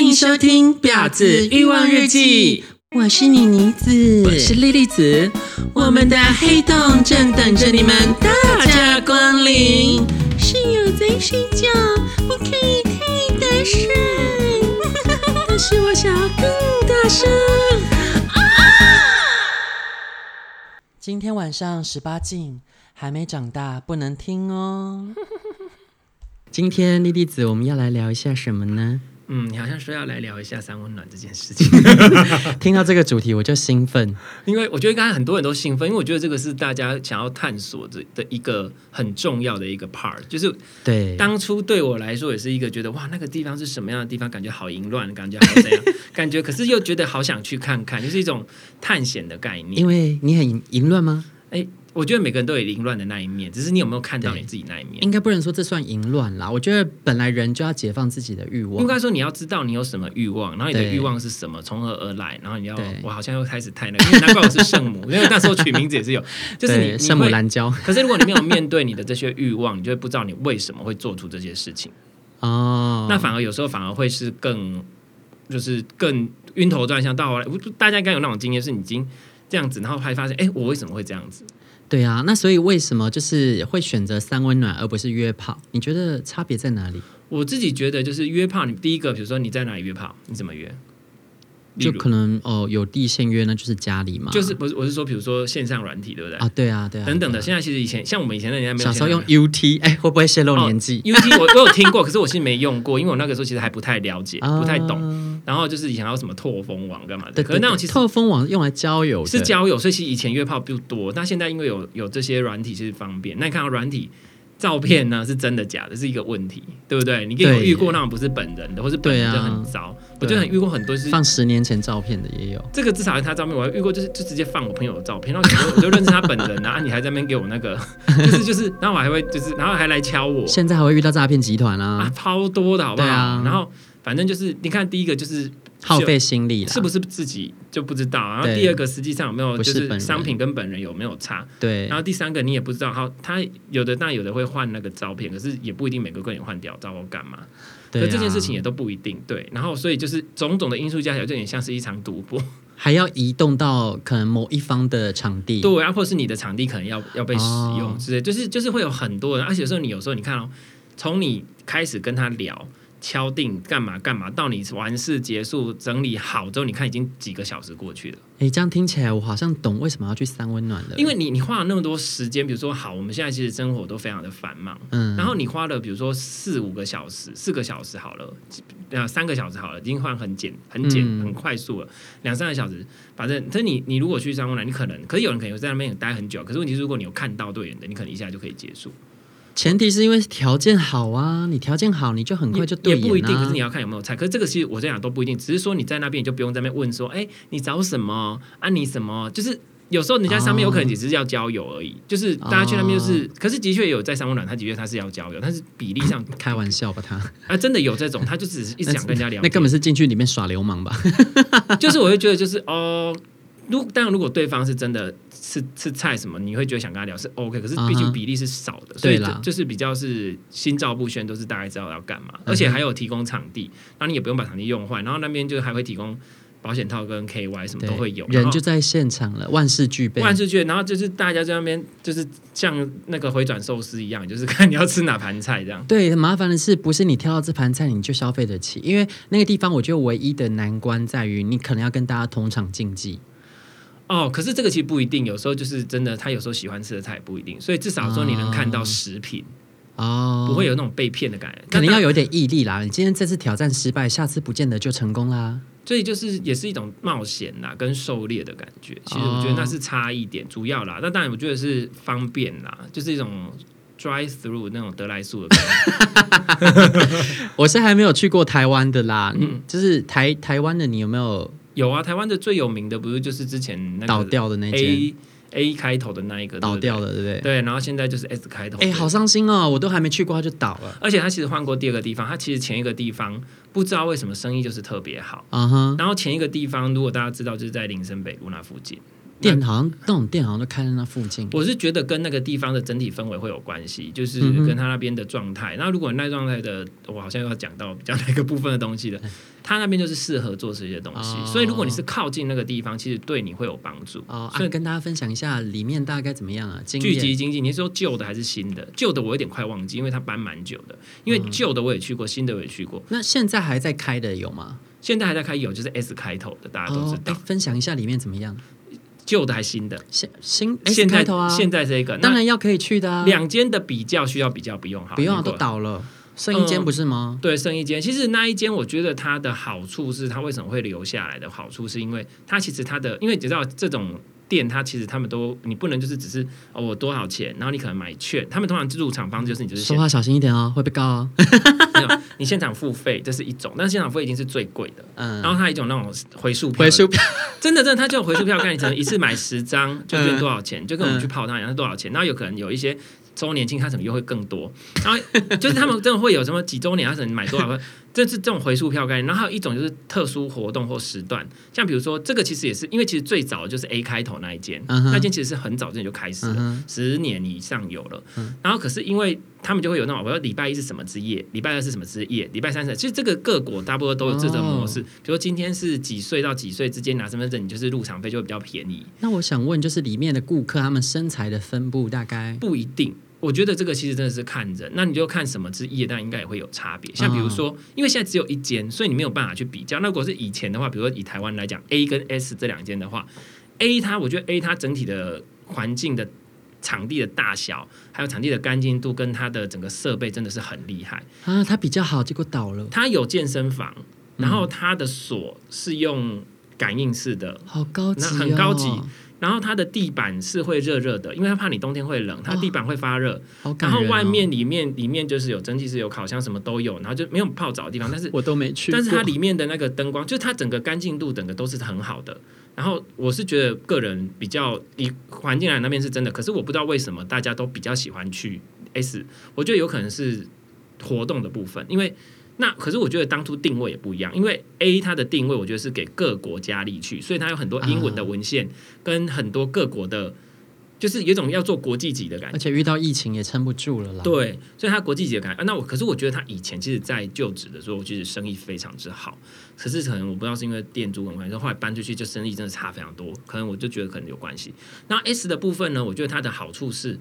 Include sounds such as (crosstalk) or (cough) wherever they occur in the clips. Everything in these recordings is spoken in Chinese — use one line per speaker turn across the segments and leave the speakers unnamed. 迎收听《婊子欲望日记》，我是妮妮子，
我是莉莉子，
我们的黑洞正等着你们大驾光临。室友在睡觉，不可以太大声，但是我想要更大声。啊今天晚上十八禁，还没长大不能听哦。今天莉莉子，我们要来聊一下什么呢？
嗯，你好像说要来聊一下三温暖这件事情，
(laughs)
(laughs)
听到这个主题我就兴奋，
因为我觉得刚才很多人都兴奋，因为我觉得这个是大家想要探索的的一个很重要的一个 part，就是
对，
当初对我来说也是一个觉得哇，那个地方是什么样的地方，感觉好淫乱，感觉好怎样，感觉可是又觉得好想去看看，就是一种探险的概念
嗯
因。为你很淫淫乱吗？
哎，我觉得每个人都有凌乱的那一面，只是你有没有看到你自己那一面
应。该不能说这算淫乱啦，我觉得本来人就要解放自己的欲望
应。该说你要知道你有什么欲望，然后你的
对
欲望是什么，从何而来，然后你要
对
我好像又开始太那个，因为难怪我是圣母，因 (laughs) 为那时候取名字也是
(laughs)
有，就是你
对圣母。兰娇
你会可是如果你没有面对你的这些欲望，你就会不知道你为什么会做出这些事情，
(laughs) 哦，
那反而有时候反而会是更就是更晕头转向，到后来我大家应该有那种经验，是你已经这样子，然后还发现哎、我为什么会这样子？
对啊，那所以为什么就是会选择三温暖而不是约炮？你觉得差别在哪里？
我自己觉得就是约炮，你第一个比如说你在哪里约炮，你怎么约？例
就
如
可能哦，有地线约那就是家里嘛，
就是不是我是说，比如说线上软体，对不对？
啊，对啊，对啊，
等等的，
对
现在其实以前像我们以前的年代
啊。
没有
小时候用
线 (laughs)
UT，哎，会不会泄露
上软体
年纪？
哦 UT 我我有听过，可是我是没用过，因为我那个时候其实还不太了解，不太懂。
懂。
然后就是以前还有什么拓风网干嘛的，
啊对，
可是那种
对
其实
透风网用来交友的
是交友，所以其实以前约炮不多。那现在因为有有这些软体，其实方便。那你看到软体照片呢，是真的假的，是一个问题，对不对？你跟有
对
遇过那种不是本人的，或是本人
对
就
啊
很糟。我就很遇过很多是
放十年前照片的也有。
这个至少是他照片，我还遇过，就是就直接放我朋友的照片，然后我就我就认识他本人啊，啊你还在那边给我那个， (laughs) 就是就是，然后我还会就是，然后还来敲我
现在还会遇到诈骗集团
啊
啦，，
超多的好不好？
对啊
然后反正就是你看第一个就是
耗费心力啊啦，
是不是自己就不知道，然后
对
第二个实际上有没有
不
就是
本
是
人
商品跟本人有没有差，
对
然，后第三个你也不知道，他他有的但有的会换那个照片，可是也不一定每个跟你换掉，照我干嘛？
对啊
可这件事情也都不一定对，然后所以就是种种的因素加起来，就有点像是一场赌博。
还要移动到可能某一方的场地，
对，啊，或是你的场地可能要要被使用
哦
之类，就是就是会有很多人，而啊且有时候你有时候你看哦，从你开始跟他聊。敲定干嘛干嘛，到你完事结束整理好之后，你看已经几个小时过去了，
哎，这样听起来我好像懂为什么要去三温暖了，
因为你你花了那么多时间，比如说好，我们现在其实生活都非常的繁忙，
嗯，
然后你花了比如说四五个小时、四个小时好了，呃三个小时好了，已经换很简、很简、
嗯
很快速了，两三个小时。反正，但你你如果去上温暖，你可能，可是有人可能在那边待很久，啊可是问题是如果你有看到对眼的，你可能一下就可以结束，
前提是因为条件好啊，你条件好你就很快就对
也
眼、啊、
也不一定。可是你要看有没有菜，可是这个其实我在讲都不一定，只是说你在那边你就不用在那边问说，哎，你找什么啊？你什么？就是。有时候人家上面有可能
哦
只是要交友而已，就是大家去那边就是，可是的确有在三温暖，他的确他是要交友，但是比例上
开玩笑吧，他
啊真的有
(laughs)
这种，他就只是一直想跟人家聊天，
那根本是进去里面耍流氓吧？
(laughs) 就是我会觉得就是哦，如当然如果对方是真的吃吃菜什么，你会觉得想跟他聊是 OK，可是毕
啊
竟
哈
比例是少的，所
对
以
啦
就就是比较是心照不宣，都是大概知道要干嘛，
嗯哼
而且还有提供场地，然后你也不用把场地用坏，然后那边就还会提供保险套跟 KY 什么
对，
都会有，然
人
后
就在现场了，万事俱备。
万事俱备，然后就是大家在那边就是像那个回转寿司一样，就是看你要吃哪盘菜这样。
对，麻烦的是不是你挑到这盘菜你就消费得起？因为那个地方我觉得唯一的难关在于你可能要跟大家同场竞技。
哦，可是这个其实不一定，有时候就是真的，他有时候喜欢吃的菜也不一定，所以至少说你能看到
啊
食品，
哦，
不会有那种被骗的感觉。
可能
那
要有点毅力啦。你今天这次挑战失败，下次不见得就成功啦。
所以就是也是一种冒险啦，跟狩猎的感觉。其实
哦
我觉得那是差一点，主要啦。那当然，我觉得是方便啦，就是一种 drive through 那种得来速的感觉。
我是还没有去过台湾的啦，
嗯
就是台台湾的，你有没有
有啊，台湾的最有名的不是就是之前那个
倒掉的那间？
A A 开头的那一个
倒掉
了，
了，对不对？
嗯哎对，然后现在就是 S 开头。
哎、好伤心哦，我都还没去过它就倒了。
而且他其实换过第二个地方，他其实前一个地方不知道为什么生意就是特别好。
啊哈，
Uh-huh
然后前一个地方，如果大家知道，就是在林森北路那附近，
店好像那种店好像都开在那附近。
我是觉得跟那个地方的整体氛围会有关系，就是
嗯哼
跟他那边的状态。那如果那状态的，我好像又要讲到比较那个部分的东西了。他那边就是适合做这些东西，
哦
所以如果你是靠近那个地方，其实对你会有帮助。
哦，
所
啊，
以
跟大家分享一下里面大概怎么样啊？经
聚
验
集经济，你是说旧的还是新的？旧的我有点快忘记，因为它搬蛮久的。因为
嗯
旧的我也去过，新的我也去过，
那现在还在开的有吗？
现在还在开有，就是 S 开头的，大家都知
哦，哎，
道。
分享一下里面怎么样？
旧的还新的，
现新 S
现在
开头啊，
现在这个，
当
那
然要可以去的啊，
两间的比较需要比较不用好，
不用啊，
如果
都倒了，剩一间
嗯
不是吗？
对，剩一间。其实那一间，我觉得它的好处是，它为什么会留下来的好处，是因为它其实它的，因为你知道这种店，它其实他们都，你不能就是只是哦我多少钱，然后你可能买券，他们通常入场方式就是你就是
说
现
话小心一点哦，会被告哦。
没有你现场付费，这是一种，但是现场付费已经是最贵的。
(laughs)
然
嗯，
后它有一种那种回数票，
回收票
真的真的，它就有回数票，看你可能一次买十
嗯
张就变多少钱，就跟我们去泡汤一样是多少钱。然后有可能有一些周年庆，它可能优惠更多。然后就是他们真的会有什么几周年，它可能买多少 (laughs) 个，这是这种回数票概念。然后还有一种就是特殊活动或时段，像比如说这个其实也是，因为其实最早就是 A 开头那一间，
嗯哼
那间其实是很早之前就开始了。
嗯哼
十年以上有了。然后可是因为他们就会有那种，我说礼拜一是什么之夜，礼拜二是什么之夜，礼拜三是什么，其实这个各国大部分都有这种模式。比如说今天是几岁到几岁之间拿身份证，你就是入场费就会比较便宜，
(laughs) 那我想问，就是里面的顾客他们身材的分布大概
不一定。我觉得这个其实真的是看人，那你就看什么之夜，但应该也会有差别。像比如说，因为现在只有一间，所以你没有办法去比较。那如果是以前的话，比如说以台湾来讲，A 跟 S 这两间的话，A 它我觉得 A 它整体的环境的场地的大小，还有场地的干净度跟它的整个设备真的是很厉害。
啊，他比较好，结果倒了，
它有健身房，
嗯
然后它的锁是用感应式的，
好高级、哦，
那很高级然后它的地板是会热热的，因为它怕你冬天会冷，它地板会发热。
好哦感
然
人哦
后外面里面里面就是有蒸汽室、有烤箱，什么都有，然后就没有泡澡的地
(laughs)
方，但是
我都没去过，
但是它里面的那个灯光，就是它整个干净度，整个都是很好的。然后我是觉得个人比较以环境来那边是真的，可是我不知道为什么大家都比较喜欢去 S，我觉得有可能是活动的部分，因为。那可是我觉得当初定位也不一样，因为 A 它的定位我觉得是给各国佳丽去，所以它有很多英文的文献、跟很多各国的，就是有一种要做国际级的感觉
而。且遇到疫情也撑不住了啦。，
对，所以他国际级的感觉。啊那我可是我觉得他以前其实，在就职的时候，其实生意非常之好。可是可能我不知道是因为店主很关系，后来搬出去就生意真的差非常多。可能我就觉得可能有关系。那 S 的部分呢，我觉得它的好处是。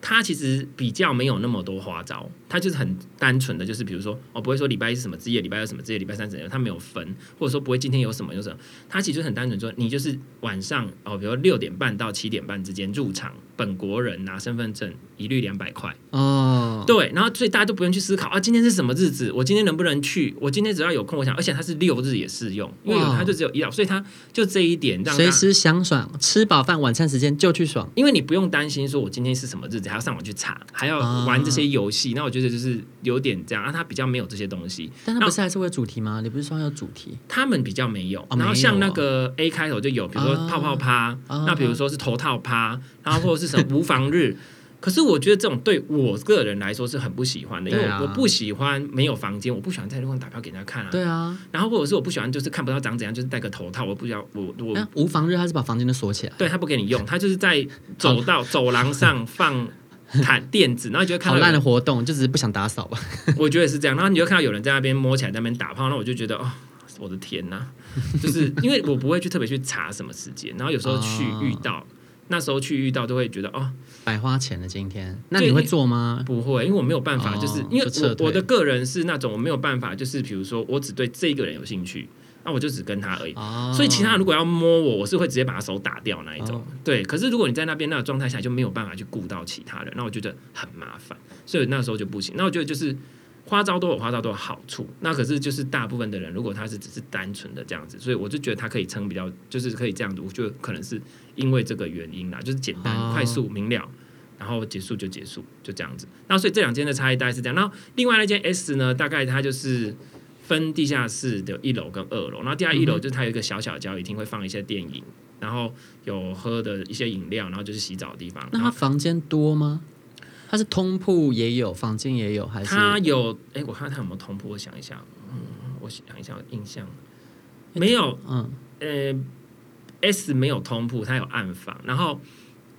它其实比较没有那么多花招，它就是很单纯的，就是比如说，哦，不会说礼拜一是什么之夜，礼拜二什么之夜，礼拜三怎样，它没有分，或者说不会今天有什么有什么，它其实就是很单纯说，你就是晚上哦，比如六点半到七点半之间入场，本国人拿身份证一律两百块，
哦，
对，然后所以大家都不用去思考啊，今天是什么日子，我今天能不能去？我今天只要有空，我想，而且它是六日也适用，因为有
哇
它就只有一到，所以它就这一点让
随
大家，
时想爽，吃饱饭晚餐时间就去爽。
因为你不用担心说我今天是什么日子，还要上网去查，还要
啊
玩这些游戏。那我觉得就是有点这样，啊，它比较没有这些东西，
但他不是还是会有主题吗？你不是说要有主题？
他们比较没有。
哦
然后像
没有
那
哦
个 A 开头就有，比如说
啊
泡泡趴，
啊
那比如说是头套趴，然后或者是什么无房日。可是我觉得这种对我个人来说是很不喜欢的，因为
对啊
我不喜欢没有房间，我不喜欢在路上打票给人家看啊。
对啊，
然后或者是我不喜欢，就是看不到长怎样，就是戴个头套，我不要我我。
那无房日他是把房间都锁起来，
对他不给你用，他就是在走道走廊上放毯垫子，然后你就会看到
好
有
烂哦的
人，
活动，就只是不想打扫 (laughs) 吧。
我觉得是这样，然后你就看到有人在那边摸起来，在那边打炮，那我就觉得哦，我的天呐、就是因为我不会去特别去查什么时间，然后有时候去
哦
遇到，那时候去遇到都会觉得哦，
百花钱了今天，那
对
你会做吗？
不会，因为我没有办法，
哦
就是因为
就撤
我
退
我的个人是那种我没有办法，就是比如说我只对这个人有兴趣，那我就只跟他而已，
哦，
所以其他人如果要摸我，我是会直接把他手打掉那一种。
哦
对，可是如果你在那边那个状态下，就没有办法去顾到其他人，那我觉得很麻烦，所以那时候就不行。那我觉得就是花招都有花招都有好处，那可是就是大部分的人，如果他是只是单纯的这样子，所以我就觉得他可以撑比较，就是可以这样子，我觉得可能是因为这个原因啦，就是简单、
哦
快速、明了。然后结束就结束，就这样子。那所以这两间的差异大概是这样。然后另外那间 S 呢，大概它就是分地下室的一楼跟二楼，然后地下一
嗯
楼就是它有一个小小的交易厅，会放一些电影，然后有喝的一些饮料，然后就是洗澡的地方。
那
然
他
后
房间多吗？他是通铺也有，房间也有，还是
它有，哎，我看它有没有同步，我想一下，嗯，我想一下，印象没有，
嗯
呃， S 没有通铺，它有暗房，然后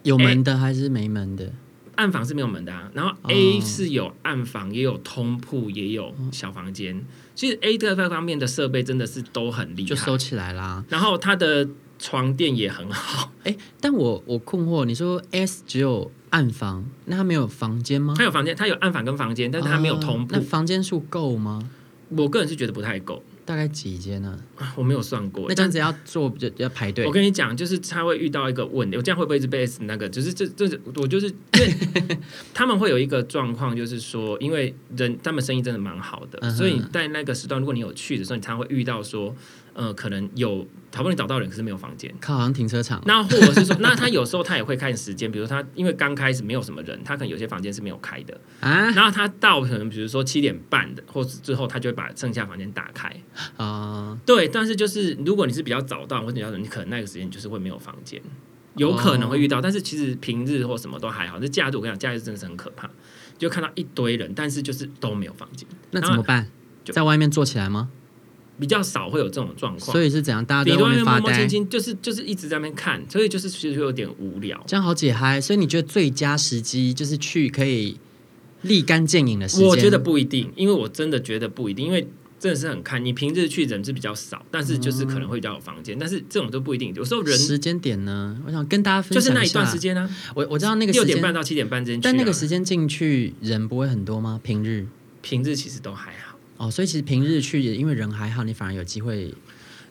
有门的还是没门的？
暗房是没有门的、啊，然后 A
哦
是有暗房，也有通铺，也有小房间。其实 A 这个方面的设备真的是都很厉
就收
害，
起来啦。
然后它的床垫也很好，
哎，但我我困惑，你说 S 只有暗房，那它没有房间吗
它？有房间，它有暗房跟房间，但是它没有通铺
哦那。房间数够吗？
我个人是觉得不太够，
大概几间呢、
啊我没有算过
那。这样子要做就要排队
我。跟你讲，就是他会遇到一个问题，我这样会不会一直被 S 那个？就是这这我就是因为
(laughs)
他们会有一个状况，就是说，因为人他们生意真的蛮好的，
嗯哼
所以你在那个时段，如果你有去的时候，你常常会遇到说，呃，可能有好不容易找到人，可是没有房间。
靠，好像停车场。
那或者是说，那他有时候他也会看时间，比如他因为刚开始没有什么人，他可能有些房间是没有开的， (laughs)
啊
然后他到可能比如说七点半的，或是之后，他就会把剩下房间打开。
啊！
对，但是就是如果你是比较早到或者比较你可能那个时间就是会没有房间，有可能会遇到。但是其实平日或什么都还好，那假日我跟你讲，假日真的是很可怕，就看到一堆人，但是就是都没有房间，
那怎么办
就？
在外面坐起来吗？
比较少会有这种状况。
所以是怎样？大家
你
都
都在
在外面
那边摸
发
摸
呆
亲，亲，就是就是一直在那边看，所以就是其实有点无聊。
这样好解嗨。所以你觉得最佳时机就是去可以立竿见影的时间？
我觉得不一定，因为我真的觉得不一定，因为真的是很看你平日去人是比较少，但是就是可能会比较有房间，但是这种都不一定。有时候人
时间点呢，我想跟大家分
就
享
是那一
下
段时，间啊，
我我知道那个
六
时
点半
间，
到七点半之间去啊、
但那个时间进去人不会很多吗？平日
平日其实都还好。
哦，所以其实平日去也因为人还好，你反而有机会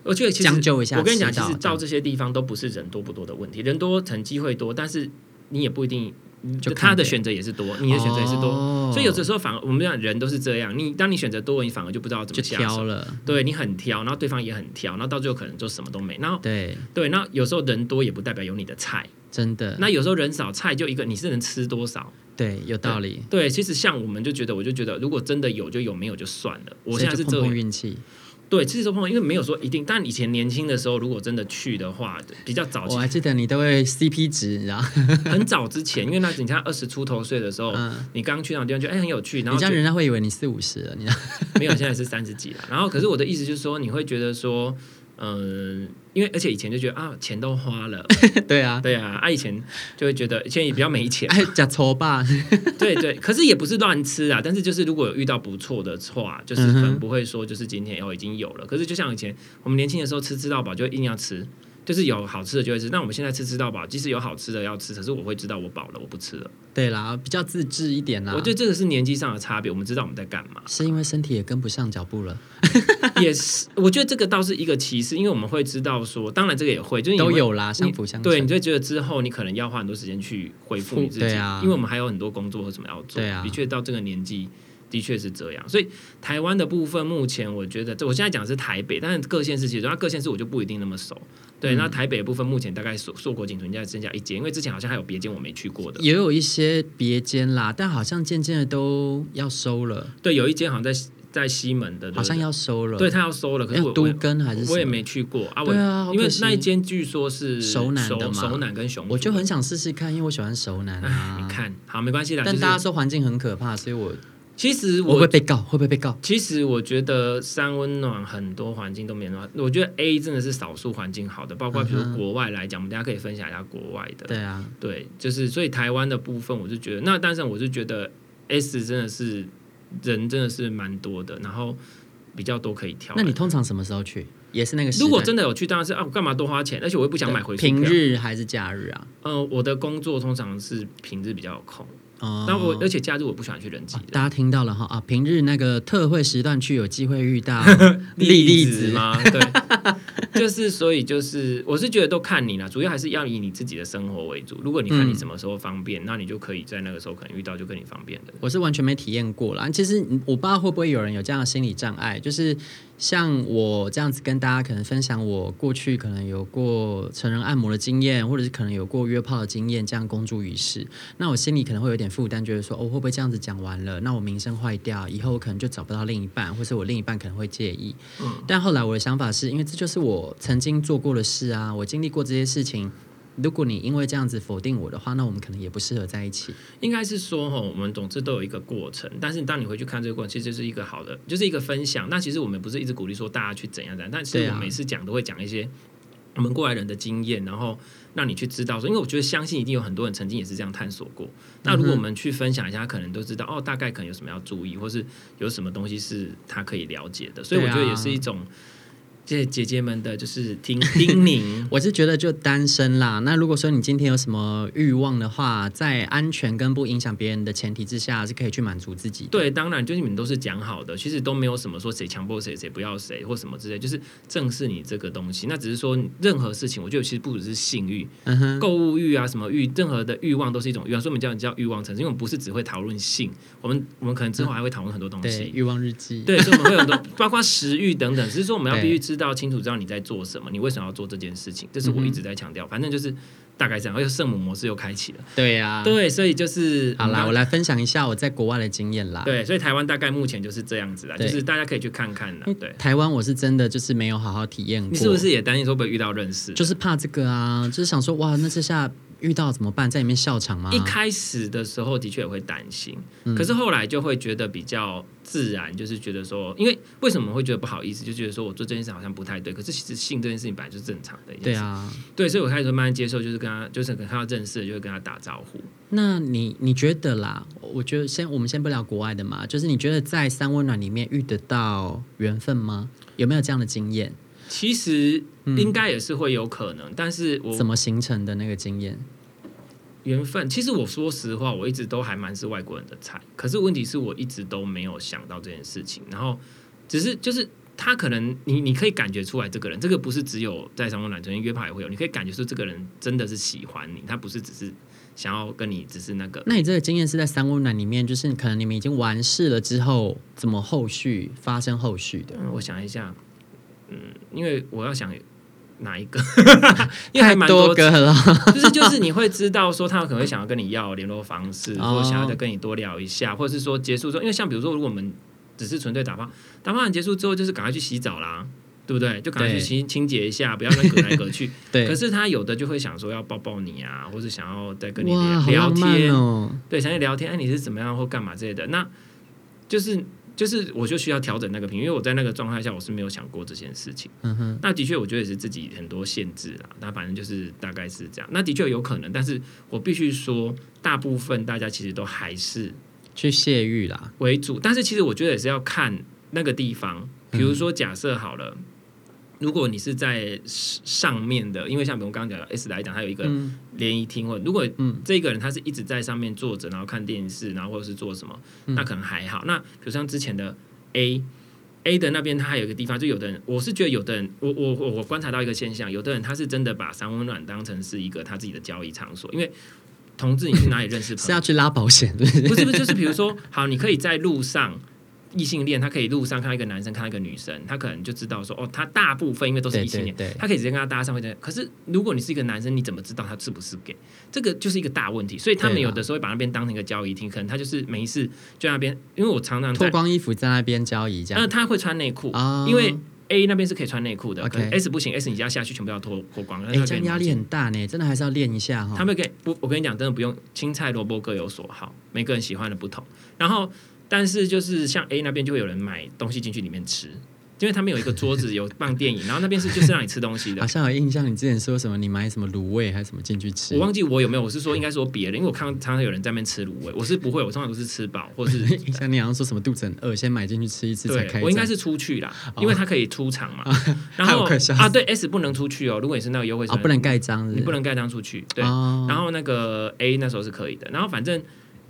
我觉得其实
将就一下
我跟你讲，
吃
其
到
实
这
到
样
这些地方都不是人多不多的问题，人多成机会多，但是你也不一定，
就看
他的
谁
选择也是多，你的选择也是多，
哦
所以有的时候反而我们讲人都是这样，你当你选择多，你反而就不知道怎
就
么下
挑
手。
了。
对你很挑，然后对方也很挑，然后到最后可能就什么都没。然后
对，
对，那有时候人多也不代表有你的菜，
真的，
那有时候人少，菜就一个，你是能吃多少？
对，有道理。
对，其实像我们就觉得，我就觉得如果真的有就有，没有就算了。我
所以
现在
就是碰
这
碰
样，
运气。
对，其实说碰碰，因为没有说一定，但以前年轻的时候，如果真的去的话，比较早期
我还记得你都会 CP 值，你知道？
很早之前，因为那时候你看二十出头岁的时候，
嗯
你刚去那种地方就哎、很有趣，然
你
后
这
哦就
样人家会以为你四五十了，你 (laughs) 知道？
没有现在是三十几了。然后可是我的意思就是说，你会觉得说，嗯、因为而且以前就觉得啊钱都花了，
对啊，
对啊，啊以前就会觉得以前也比较没钱，
哎，假丑吧，
(laughs) 对对。可是也不是乱吃啊，但是就是如果有遇到不错的话，就是可能不会说就是今天哦已经有了。可是就像以前我们年轻的时候吃吃到饱就硬要吃。就是有好吃的就会吃，那我们现在吃吃到饱，即使有好吃的要吃，可是我会知道我饱了，我不吃了。
(laughs) 对啦，比较自制一点啦。。
我觉得这个是年纪上的差别，我们知道我们在干嘛
是因为身体也跟不上脚步了，
也是，我觉得这个倒是一个歧视，因为我们会知道说，当然这个也会，就是你
都
会
有啦，
你
相辅相成。
对，你就会觉得之后你可能要花很多时间去恢复你自己，
对啊
因为我们还有很多工作和什么要做。
对啊
的确到这个年纪。的确是这样，所以台湾的部分目前我觉得，这我现在讲的是台北，但是各县市其实，那各县市我就不一定那么熟。对，
嗯
那台北的部分目前大概硕硕果仅存在剩下一间，因为之前好像还有别间我没去过的。
也有一些别间啦，但好像渐渐的都要收了，
对，有一间好像在在西门的，对不对
好像要收了。
对，他要收了，可是
要
我
都
我
跟还是什么
我也没去过啊，我
对啊好
因为
可惜
那一间据说是
熟男的嘛
熟男跟熊族，
我就很想试试看，因为我喜欢熟男
哎，
啊。
(laughs) 你，看好没关系啦，
但
就是
大家说环境很可怕，所以我
其实
我会不
我
会被告，会不会被告？
其实我觉得三温暖很多环境都没那么好，我觉得 A 真的是少数环境好的，包括比如
嗯哼
国外来讲，我们大家可以分享一下国外的，
对啊，
对，就是所以台湾的部分，我就觉得那，但是我是觉得 S 真的是人真的是蛮多的，然后比较多可以挑。
那你通常什么时候去？也是那个时
如果
段
真的有去，当然是啊，我干嘛多花钱？而且我又不想买回
平
数票
日还是假日啊？
呃，我的工作通常是平日比较有空，
哦，
但我而且假日我不喜欢去人挤
啊
人。
大家听到了哈啊，平日那个特惠时段去有机会
(laughs)
遇到
例
莉莉
子
子？
(laughs) 吗？对，就是所以就是，我是觉得都看你啦，主要还是要以你自己的生活为主。如果你看你
嗯
什么时候方便，那你就可以在那个时候可能遇到就跟你方便的。
我是完全没体验过啦。其实我不知道会不会有人有这样的心理障碍，就是像我这样子跟大家可能分享我过去可能有过成人按摩的经验，或者是可能有过约炮的经验，这样公诸于世。那我心里可能会有点负担，觉得说哦，会不会这样子讲完了，那我名声坏掉，以后我可能就找不到另一半，或是我另一半可能会介意。但后来我的想法是因为这就是我曾经做过的事啊，我经历过这些事情。如果你因为这样子否定我的话，那我们可能也不适合在一起。
应该是说哈，我们总之都有一个过程，但是当你回去看这个过程，其实就是一个好的，就是一个分享。那其实我们不是一直鼓励说大家去怎样怎样，但是
对啊
我每次讲都会讲一些我们过来人的经验，然后让你去知道说，因为我觉得相信一定有很多人曾经也是这样探索过。那如果我们去分享一下，他可能都知道哦，大概可能有什么要注意，或是有什么东西是他可以了解的。所以我
对啊。
觉得也是一种这姐姐们的就是叮叮咛
我是觉得就单身啦。那如果说你今天有什么欲望的话，在安全跟不影响别人的前提之下，是可以去满足自己的。
对，当然就是你们都是讲好的，其实都没有什么说谁强迫谁，谁不要谁或什么之类，就是正视你这个东西。那只是说任何事情，我觉得其实不只是性欲，
嗯哼，
购物欲啊，什么欲，任何的欲望都是一种欲望，所以我们叫你叫欲望城市，因为我们不是只会讨论性，我们我们可能之后还会讨论很多东
嗯对，
西。
欲望日记。
对，所以我们会有很多，包括食欲等等，只是说我们要
对
必
嗯
须知道清楚知道你在做什么，你为什么要做这件事情，这是我一直在强调。反正就是大概这样，而且圣母模式又开启了。
对呀、啊。
对，所以就是
好啦，
嗯
我来分享一下我在国外的经验啦。
对，所以台湾大概目前就是这样子啦，就
对嗯
是大家可以去看看啦。
因为
对，
台湾我是真的就是没有好好体验过。
你是不是也担心说会不会遇到认识的？
就是怕这个啊？就是想说，哇，那这下遇到怎么办？在里面笑场吗？
一开始的时候的确也会担心，
嗯
可是后来就会觉得比较自然，就是觉得说，因为为什么会觉得不好意思，就觉得说我做这件事好像不太对，可是其实性这件事情本来就是正常的一件
对
事，
啊。
对，所以我开始慢慢接受，就是跟他，就是跟他认识，就会跟他打招呼。
那你你觉得啦？我觉得先我们先不聊国外的嘛，就是你觉得在三温暖里面遇得到缘分吗？有没有这样的经验？
其实应该也是会有可能，但是
嗯怎
我
么形成的那个经验？
缘分，其实我说实话，我一直都还蛮是外国人的菜，可是问题是我一直都没有想到这件事情，然后只是就是他可能你你可以感觉出来这个人，这个不是只有在商务男中间约炮也会有，你可以感觉出这个人真的是喜欢你，他不是只是想要跟你只是那个。
那你这个经验是在三温暖里面，就是可能你们已经完事了之后，怎么后续发生后续的？
嗯我想一下，嗯，因为我要想哪一
(laughs)
个，因为还蛮
多个
(laughs)
了，
就是就是你会知道说他可能会想要跟你要联络方式，
哦
或者想要再跟你多聊一下，或者是说结束之后，因为像比如说如果我们只是纯粹打炮，打炮完结束之后就是赶快去洗澡啦，对不对？就赶快去
对
清清洁一下，不要再隔来隔去。
(laughs) 对，
可是他有的就会想说要抱抱你啊，或者想要再跟你
哇，
聊
好
聊
浪漫
天，
哦！
对，想要聊天，哎，你是怎么样或干嘛之类的，那就是。就是我就需要调整那个频率，因为我在那个状态下我是没有想过这件事情。
嗯哼，
那的确，我觉得也是自己很多限制啦。那反正就是大概是这样。那的确有可能，但是我必须说，大部分大家其实都还是
去泄欲啦，
为主。但是其实我觉得也是要看那个地方。比如说，假设好了，如果你是在上面的，因为像比如我刚刚讲的 S 来讲，它有一个
嗯，
联谊厅，或者如果
嗯
这个人他是一直在上面坐着，然后看电视，然后或者是做什么，
嗯
那可能还好。那比如像之前的 A。A 的那边，他还有一个地方，就有的人，我是觉得有的人，我我我我观察到一个现象，有的人他是真的把三温暖当成是一个他自己的交易场所，因为同志你去哪里认识
是
朋
(laughs) 要
友？
去拉保险，对 (laughs) 不对
嗯不是不是，就是比如说，好，你可以在路上异性恋，他可以路上看到一个男生，看到一个女生，他可能就知道说，哦，他大部分因为都是
对
异性恋，
对对
他可以直接跟他搭上会这样。可是如果你是一个男生，你怎么知道他是不是 gay？这个就是一个大问题。所以他们
对啦
有的时候会把那边当成一个交易厅，可能他就是没事就在那边，因为我常常
脱
在，
光衣服在那边交易这
呃，
样
他会穿内裤，
啊
因为 A 那边是可以穿内裤的
OK
可能 S 不行，S 你要下去全部要脱脱光，
哎、这样压力很大呢，真的还是要练一下哈。
他们给不，我跟你讲，真的不用，青菜萝卜各有所好，每个人喜欢的不同。然后，但是就是像 A 那边就会有人买东西进去里面吃，因为他们有一个桌子有放电
(laughs)
影，然后那边是就是让你吃东西的
好。像有印象，你之前说什么你买什么卤味还是什么进去吃？
我忘记我有没有，我是说应该说别人，因为我看到常常有人在那边吃卤味，我是不会，我通常都是吃饱或
(laughs)
是
印象你好像说什么肚子很饿，先买进去吃一次才开哦
对，
战。
我应该是出去啦，因为他可以出场
(laughs)
嘛。然
害我
后
快笑死
啊，对 S 不能出去哦，如果你是那个优惠
啊、
生，
不能盖章是是，
你不能盖章出去，对。
哦
然后那个 A 那时候是可以的，然后反正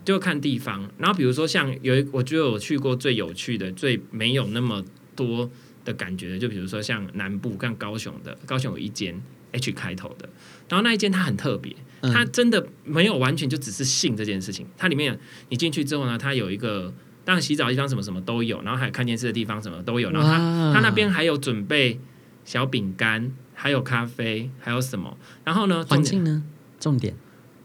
就看地方。然后比如说像有一，我觉得我去过最有趣的、最没有那么多的感觉的，就比如说像南部，像高雄的，高雄有一间 H 开头的，然后那一间它很特别，
嗯
它真的没有完全就只是性这件事情。它里面你进去之后呢，它有一个。当然，洗澡的地方什么什么都有，然后还有看电视的地方什么都有，然后它
哇
它那边还有准备小饼干，还有咖啡，还有什么？然后呢，重
环
点
境呢？重点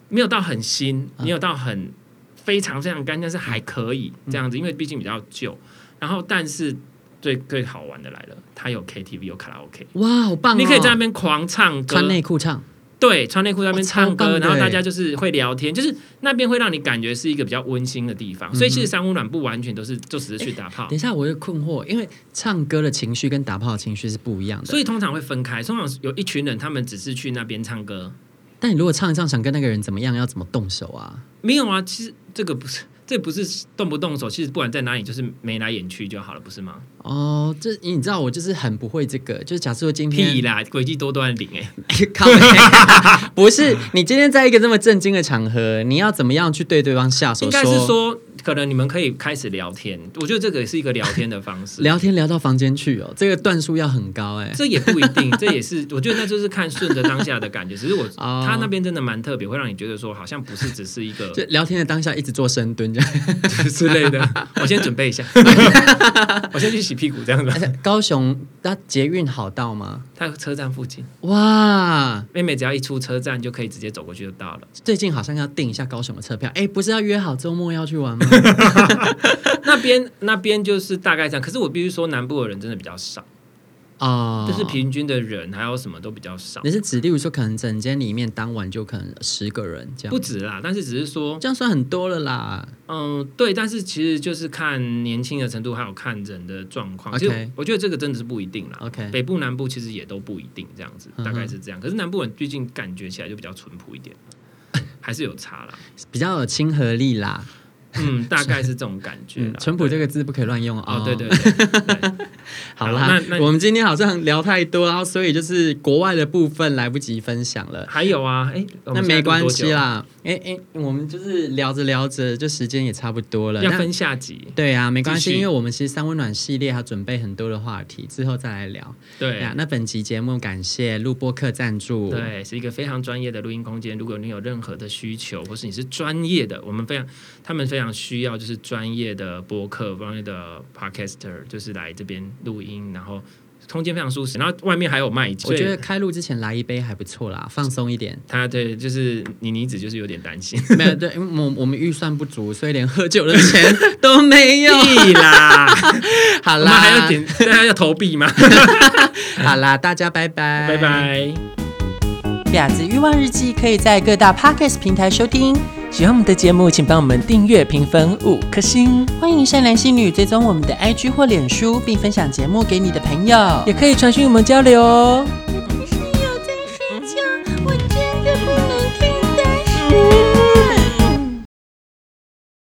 没有到很新，
啊
没有到很非常非常干，但是还可以
嗯
这样子，因为毕竟比较旧。然后，但是最最好玩的来了，它有 KTV 有卡拉 OK，
哇，好棒、哦！
你可以在那边狂唱歌
穿，内裤唱，
对，穿内裤在那边
哦超
唱歌，
棒的
然后大
欸
家就是会聊天，就是那边会让你感觉是一个比较温馨的地
嗯
方。所以其实三温暖不完全都是就只是去打炮
等一，下，我有困惑，因为唱歌的情绪跟打炮的情绪是不一样的。
所以通常会分开。通常有一群人，他们只是去那边唱歌，
但你如果唱一唱，想跟那个人怎么样，要怎么动手啊？
没有啊。其实这个不是，这不是动不动手，其实不管在哪里，就是眉来眼去就好了，不是吗？
哦，这你知道我就是很不会这个，就是假设今天
屁啦，诡计多端的领哎、
(laughs) 靠北不是你今天在一个这么震惊的场合，你要怎么样去对对方下手？
应该是说，可能你们可以开始聊天，我觉得这个也是一个聊天的方式。
(laughs) 聊天聊到房间去哦，这个段数要很高哎、
这也不一定，这也是我觉得那就是看顺着当下的感觉。只是我、
(laughs) 哦
他那边真的蛮特别，会让你觉得说好像不是只是一个
就聊天的当下一直做深 (laughs) 蹲这样。
之类
(laughs)
的。我先准备一下， (laughs) 我先去洗屁股这样
(laughs)
子。
高雄那捷运好到吗？
他车站附近，
哇，
妹妹只要一出车站就可以直接走过去就到了。
最近好像要订一下高雄的车票。哎，不是要约好周末要去玩吗？
(laughs) 那边那边就是大概这样，可是我必须说南部的人真的比较少，
哦，
就是平均的人还有什么都比较少
你，是指，例如说，可能整间里面当晚就可能十个人这样，
不止啦。但是只是说，
这样算很多了啦。
嗯，对，但是其实就是看年轻的程度，还有看人的状况。其实
OK
我觉得这个真的是不一定啦。
OK
北部、南部其实也都不一定这样子，
嗯哼
大概是这样。可是南部人最近感觉起来就比较淳朴一点， (laughs) 还是有差啦。
比较有亲和力啦。
嗯，大概是这种感觉
嗯
啦。，
淳朴这
对
个字不可以乱用啊哦
哦，对对对，对
好
好
啦
那那，
我们今天好像聊太多，然后所以就是国外的部分来不及分享了。
还有啊，哎，我
那
们现在
没
录多
关
久啊
系，啦，哎哎，我们就是聊着聊着，就时间也差不多了。
要
那
分下集。
对啊，没关
继
系，
续
因为我们其实三温暖系列还准备很多的话题，之后再来聊。对
对
啊，那本集节目感谢录播客赞助。
对，是一个非常专业的录音空间。如果你有任何的需求，或是你是专业的，我们非常他们非常需要就是专业的播客、专业的 podcaster，就是来这边录音，然后空间非常舒适，然后外面还有麦
我觉得
得
开录之前来一杯还不错啦，放松一点。
他对，就是妮妮子就是有点担心。
没有，对，因为我我们预算不足，所以连喝酒的钱 (laughs) 都没
(laughs)
有。
屁啦，
好
我们还要
啦， (laughs)
点，大家要投币吗？
好啦，大家拜拜，
拜。拜。
婊子欲望日记可以在各大 podcast 平台收听。喜欢我们的节目，请帮我们订阅、评分五颗星。欢迎善良心女追踪我们的 IG 或脸书，并分享节目给你的朋友，也可以传讯我们交流哦。
拜